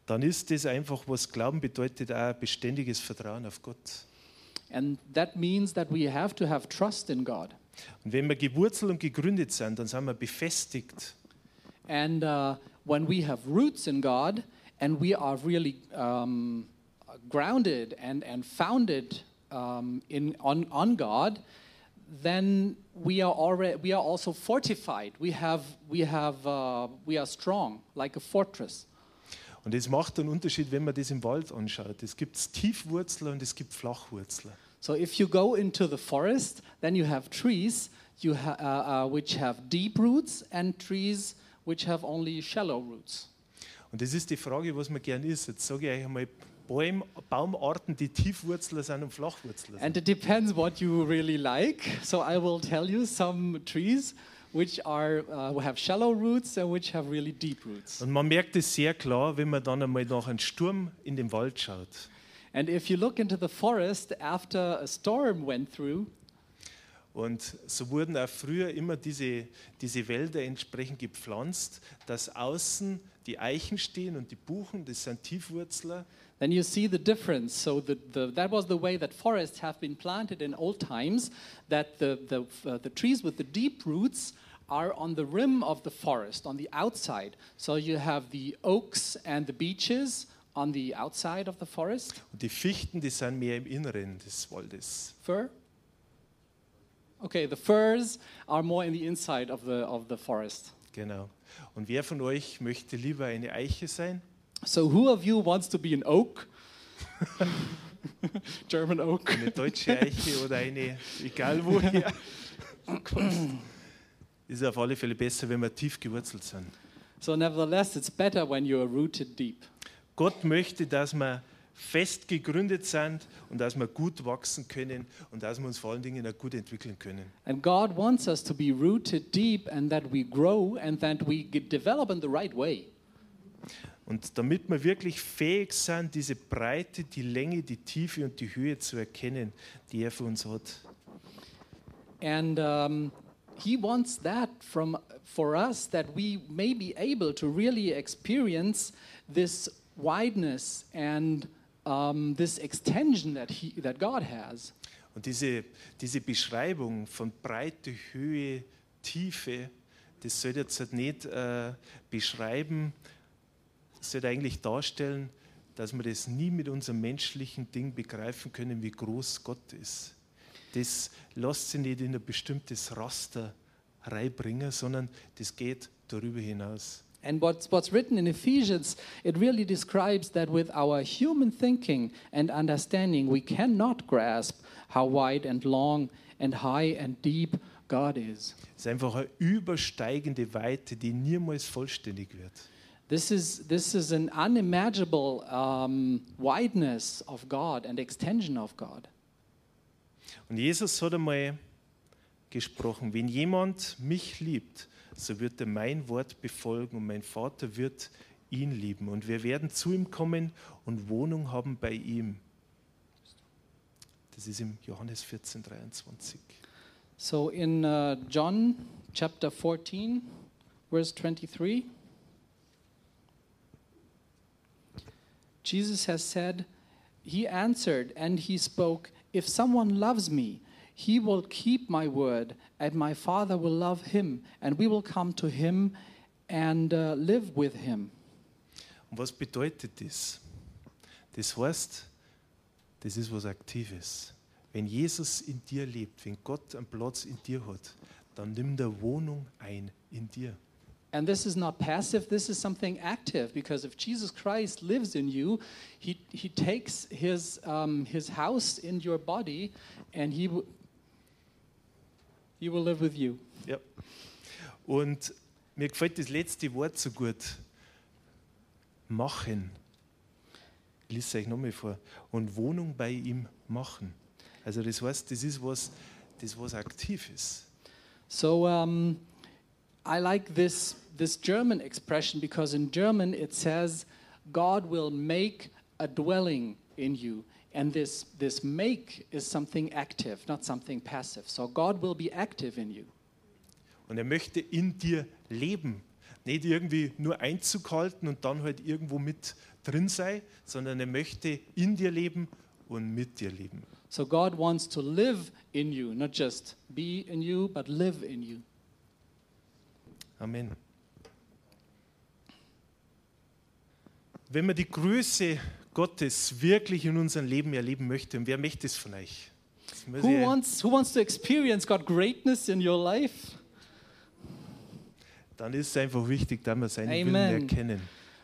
Speaker 1: Dann ist das einfach, was Glauben bedeutet, auch ein beständiges Vertrauen auf Gott.
Speaker 2: And that means that we have to have trust in God.
Speaker 1: Und wenn wir gewurzelt und gegründet sind, dann sind wir befestigt.
Speaker 2: And uh, when we have roots in God and we are really um, grounded and, and founded um, in, on, on God, then we are already we are also fortified. We have we have uh, we are strong like a fortress.
Speaker 1: Und es macht einen Unterschied, wenn man das im Wald anschaut. Es gibt Tiefwurzler und es gibt Flachwurzler.
Speaker 2: So if you go into the forest, then you have trees you ha- uh, uh, which have deep roots and trees which have only shallow roots.
Speaker 1: Und das ist die Frage, was man gern ist. Jetzt sage ich euch einmal Bäum, Baumarten, die Tiefwurzler sind und Flachwurzler sind.
Speaker 2: And it depends what you really like. So I will tell you some trees which are uh, have shallow roots and which have really deep roots.
Speaker 1: Und man merkt es sehr klar, wenn man dann einmal nach einem Sturm in den Wald schaut.
Speaker 2: And if you look into the forest after a storm went through,
Speaker 1: Und so wurden auch früher immer diese, diese Wälder entsprechend gepflanzt, dass außen die Eichen stehen und die Buchen, das sind Tiefwurzler.
Speaker 2: then you see the difference. So the, the, that was the way that forests have been planted in old times. That the the, uh, the trees with the deep roots are on the rim of the forest, on the outside. So you have the oaks and the beeches on the outside of the forest.
Speaker 1: Und die Fichten, die sind mehr im Inneren des Waldes.
Speaker 2: Fir? Okay, the firs are more in the inside of the of the forest.
Speaker 1: Genau. Und wer von euch möchte lieber eine Eiche sein?
Speaker 2: So who of you wants to be an oak? German oak.
Speaker 1: Eine deutsche Eiche oder eine, egal woher. Ist auf alle Fälle besser, wenn wir tief gewurzelt sind.
Speaker 2: So nevertheless, it's better when you are rooted deep.
Speaker 1: Gott möchte, dass wir fest gegründet sind und dass wir gut wachsen können und dass wir uns vor allen Dingen auch gut entwickeln können.
Speaker 2: And God wants us to be rooted deep and that we grow and that we get develop in the right way.
Speaker 1: Und damit wir wirklich fähig sind, diese Breite, die Länge, die Tiefe und die Höhe zu erkennen, die er für uns hat.
Speaker 2: And um, he wants that from for us that we may be able to really experience this wideness and um, this extension that he that God has.
Speaker 1: Und diese, diese Beschreibung von Breite, Höhe, Tiefe, das soll jetzt halt nicht äh, beschreiben, soll eigentlich darstellen, dass wir das nie mit unserem menschlichen Ding begreifen können, wie groß Gott ist. das lässt sich nicht in ein bestimmtes Raster reinbringen, sondern das geht darüber hinaus.
Speaker 2: And what's, what's written in Ephesians, it really describes that with our human thinking and understanding, we cannot grasp how wide and long and high and deep God is.
Speaker 1: Es ist einfach eine übersteigende Weite, die niemals vollständig wird.
Speaker 2: This is, this is an unimaginable um, wideness of God and extension of God.
Speaker 1: Und Jesus hat einmal gesprochen, wenn jemand mich liebt, so wird er mein Wort befolgen und mein Vater wird ihn lieben. Und wir werden zu ihm kommen und Wohnung haben bei ihm. Das ist im Johannes 14, 23.
Speaker 2: So in uh, John chapter 14, verse 23, Jesus has said, He answered and He spoke, If someone loves me, he will keep my word, and my Father will love him, and we will come to him and uh, live with him.
Speaker 1: Und was bedeutet das? Das heißt, das ist was Aktives. Wenn Jesus in dir lebt, wenn Gott einen Platz in dir hat, dann nimmt er Wohnung ein in dir.
Speaker 2: And this is not passive, this is something active because if Jesus Christ lives in you, he, he takes his, um, his house in your body and he, w- he will live with you.
Speaker 1: Ja. Und mir gefällt das letzte Wort so gut. Machen. Ich lese euch nochmal vor. Und Wohnung bei ihm machen. Also das heißt, das ist was, das was aktiv ist.
Speaker 2: So um, I like this, this German expression because in German it says, God will make a dwelling in you. And this, this make is something active, not something passive. So God will be active in you.
Speaker 1: Und er möchte in dir leben. Nicht irgendwie nur Einzug halten und dann halt irgendwo mit drin sein, sondern er möchte in dir leben und mit dir leben.
Speaker 2: So God wants to live in you, not just be in you, but live in you.
Speaker 1: Amen. Wenn man die Größe Gottes wirklich in unserem Leben erleben möchte, und wer möchte es von euch? Das muss
Speaker 2: Who
Speaker 1: ich-
Speaker 2: wants who wants to experience God greatness in your life?
Speaker 1: Dann ist es einfach wichtig, dass wir seinen Willen
Speaker 2: Amen.
Speaker 1: erkennen.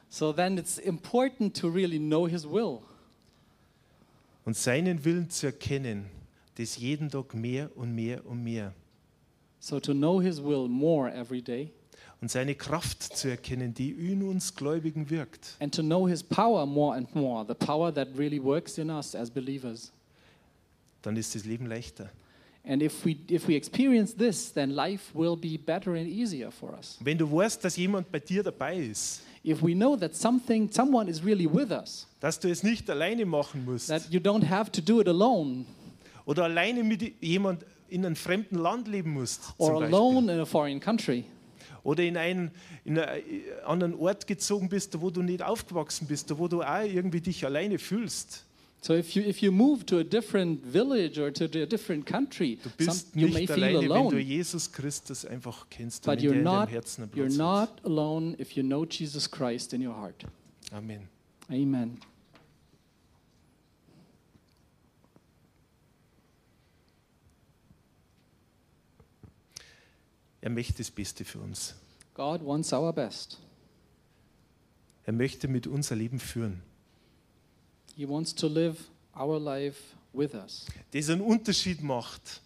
Speaker 2: So then it's important to really know his will.
Speaker 1: Und seinen Willen zu erkennen, das jeden Tag mehr und mehr und mehr.
Speaker 2: So to know his will more every day
Speaker 1: Und seine Kraft zu erkennen, die in uns Gläubigen wirkt.
Speaker 2: and to know his power more and more, the power that really works in us as believers.
Speaker 1: Dann ist das Leben leichter.
Speaker 2: And if we if we experience this, then life will be better and easier for us.
Speaker 1: Wenn du weißt, dass jemand bei dir dabei ist,
Speaker 2: If we know that something someone is really with us,
Speaker 1: dass du es nicht alleine machen musst
Speaker 2: that you don't have to do it alone,
Speaker 1: oder alleine mit jemand in einem fremden Land leben musst, zum
Speaker 2: or
Speaker 1: Beispiel.
Speaker 2: alone in a foreign country,
Speaker 1: oder in einen in einen äh, anderen Ort gezogen bist, wo du nicht aufgewachsen bist, wo du auch irgendwie dich alleine fühlst.
Speaker 2: So if you if you move to a different village or to a different country,
Speaker 1: Du
Speaker 2: some,
Speaker 1: bist
Speaker 2: you may
Speaker 1: nicht
Speaker 2: feel
Speaker 1: alleine, wenn du
Speaker 2: alone.
Speaker 1: Jesus Christus einfach kennst
Speaker 2: But
Speaker 1: und in
Speaker 2: you're
Speaker 1: dir in deinem
Speaker 2: not
Speaker 1: Herzen einen
Speaker 2: you're
Speaker 1: Platz hast.
Speaker 2: not alone if you know Jesus Christ in your heart.
Speaker 1: Amen.
Speaker 2: Amen.
Speaker 1: Er möchte das Beste für uns.
Speaker 2: God wants our best.
Speaker 1: Er möchte mit uns ein Leben führen.
Speaker 2: He wants to live our life with us,
Speaker 1: Das einen Unterschied macht.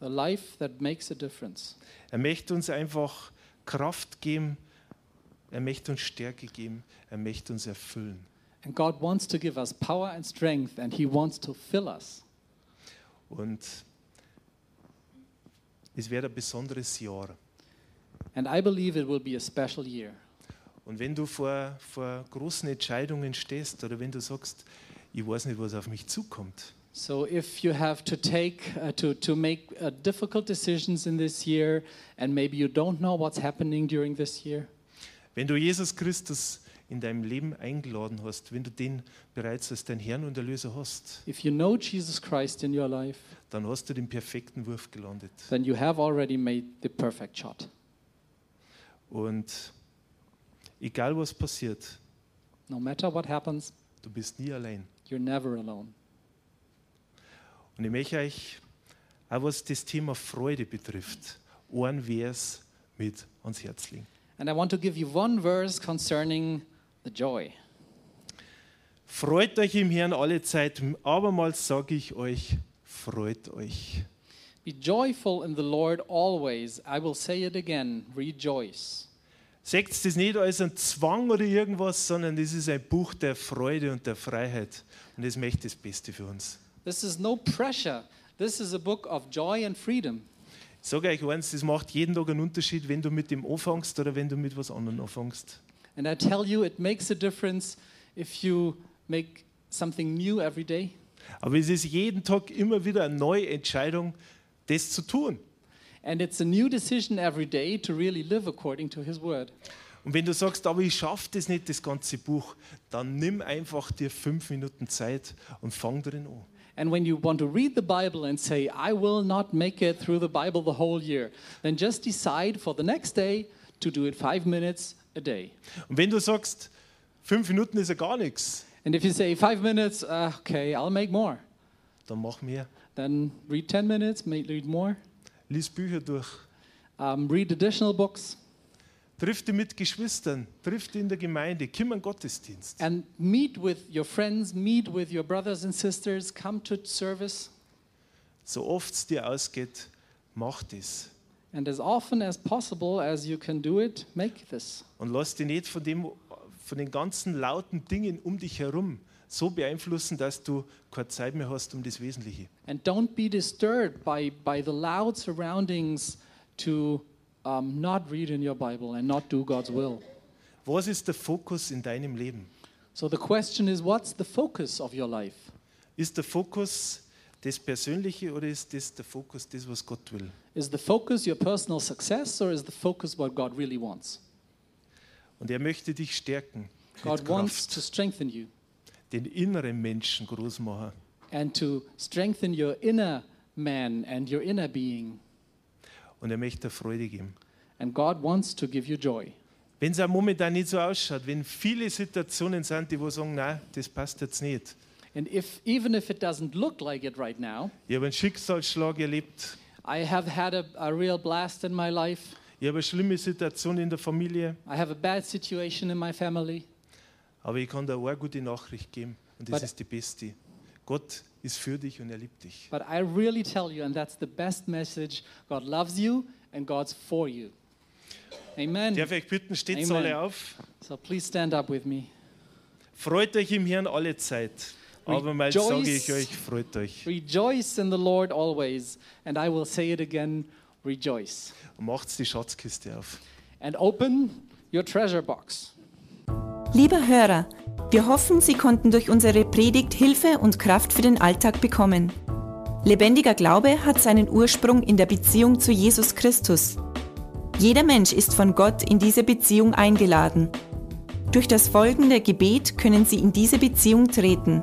Speaker 2: the life that makes a difference.
Speaker 1: Er möchte uns einfach Kraft geben. Er möchte uns Stärke geben. Er möchte uns erfüllen.
Speaker 2: And God wants to give us power and strength, and He wants to fill us.
Speaker 1: Und es wird ein besonderes Jahr.
Speaker 2: And I believe it will be a special year.
Speaker 1: Und wenn du vor, vor großen Entscheidungen stehst oder wenn du sagst, ich weiß nicht, was auf mich zukommt,
Speaker 2: So if you have to take uh, to to make uh, difficult decisions in this year and maybe you don't know what's happening during this year,
Speaker 1: wenn du Jesus Christus in deinem Leben eingeladen hast, wenn du den bereits als dein Herrn und Erlöser hast,
Speaker 2: if you know Jesus Christ in your life,
Speaker 1: dann hast du den perfekten Wurf gelandet.
Speaker 2: then you have already made the perfect shot.
Speaker 1: Und egal was passiert,
Speaker 2: No matter what happens,
Speaker 1: du bist nie allein.
Speaker 2: you're never alone.
Speaker 1: Und ich möchte euch auch was das Thema Freude betrifft, einen Vers mit ans Herz legen.
Speaker 2: And I want to give you one verse concerning the joy.
Speaker 1: Freut euch im Herrn alle Zeit, abermals sage ich euch, freut euch.
Speaker 2: Be joyful in the Lord always. I will say it again rejoice.
Speaker 1: Seht das nicht als ein Zwang oder irgendwas, sondern das ist ein Buch der Freude und der Freiheit. Und es möchte das Beste für uns.
Speaker 2: This is no pressure. This is a book of joy and freedom.
Speaker 1: Ich sage euch eins, das macht jeden Tag einen Unterschied, wenn du mit dem anfängst oder wenn du mit was anderem anfängst.
Speaker 2: And I tell you, it makes a difference if you make something new every day.
Speaker 1: Aber es ist jeden Tag immer wieder eine neue Entscheidung, das zu tun.
Speaker 2: And it's a new decision every day to really live according to His word.
Speaker 1: Und wenn du sagst, aber ich schaffe das nicht, das ganze Buch, dann nimm einfach dir fünf Minuten Zeit und fang drin an.
Speaker 2: And when you want to read the Bible and say, I will not make it through the Bible the whole year, then just decide for the next day to do it five minutes a day.
Speaker 1: Und wenn du sagst, fünf Minuten ist ja gar nichts,
Speaker 2: And if you say, five minutes, uh, okay, I'll make more,
Speaker 1: dann mach mehr.
Speaker 2: then read 10 minutes, may read more,
Speaker 1: Lies Bücher durch.
Speaker 2: um, read additional books,
Speaker 1: Triff dich mit Geschwistern, triff dich in der Gemeinde, komm in Gottesdienst.
Speaker 2: and meet with your friends, meet with your brothers and sisters, come to service.
Speaker 1: So oft es dir ausgeht, mach das.
Speaker 2: And as often as possible as you can do it, make this.
Speaker 1: Und lass dich nicht von, dem, von den ganzen lauten Dingen um dich herum so beeinflussen, dass du keine Zeit mehr hast um das Wesentliche.
Speaker 2: And don't be disturbed by, by the loud surroundings to um, not read in your Bible and not do God's will.
Speaker 1: Was ist der Fokus in deinem Leben?
Speaker 2: So the question is what's the focus of your life?
Speaker 1: Ist der Fokus das Persönliche oder ist das der Fokus, das, was Gott will?
Speaker 2: Is the focus your personal success or is the focus what God really wants?
Speaker 1: Und er möchte dich stärken, mit
Speaker 2: God wants to
Speaker 1: Kraft,
Speaker 2: strengthen you
Speaker 1: den inneren Menschen groß machen.
Speaker 2: and to strengthen your inner man and your inner being.
Speaker 1: Und er möchte dir Freude geben.
Speaker 2: And God wants to give you joy.
Speaker 1: Wenn es auch momentan nicht so ausschaut, wenn viele Situationen sind, die wo sagen, nein, das passt jetzt nicht.
Speaker 2: And if even if it doesn't look like it right now,
Speaker 1: Ich habe einen Schicksalsschlag erlebt,
Speaker 2: I have had a, a real blast in my life.
Speaker 1: ich habe eine schlimme Situation in der Familie,
Speaker 2: I have a bad situation in my family.
Speaker 1: aber ich kann dir auch eine gute Nachricht geben und das
Speaker 2: But-
Speaker 1: ist die beste. Gott ist für dich und er liebt dich.
Speaker 2: But I really tell you, and that's the best message God loves you and God's for you. Amen.
Speaker 1: Darf ich euch bitten, steht
Speaker 2: Amen.
Speaker 1: alle auf.
Speaker 2: So please stand up with me.
Speaker 1: Freut euch im Herrn alle Zeit. Abermals
Speaker 2: Rejoice.
Speaker 1: sage ich euch, freut euch.
Speaker 2: Rejoice in the Lord always. And I will say it again rejoice.
Speaker 1: Und macht die Schatzkiste auf.
Speaker 2: And open your treasure box.
Speaker 3: Lieber Hörer, wir hoffen, Sie konnten durch unsere Predigt Hilfe und Kraft für den Alltag bekommen. Lebendiger Glaube hat seinen Ursprung in der Beziehung zu Jesus Christus. Jeder Mensch ist von Gott in diese Beziehung eingeladen. Durch das folgende Gebet können Sie in diese Beziehung treten.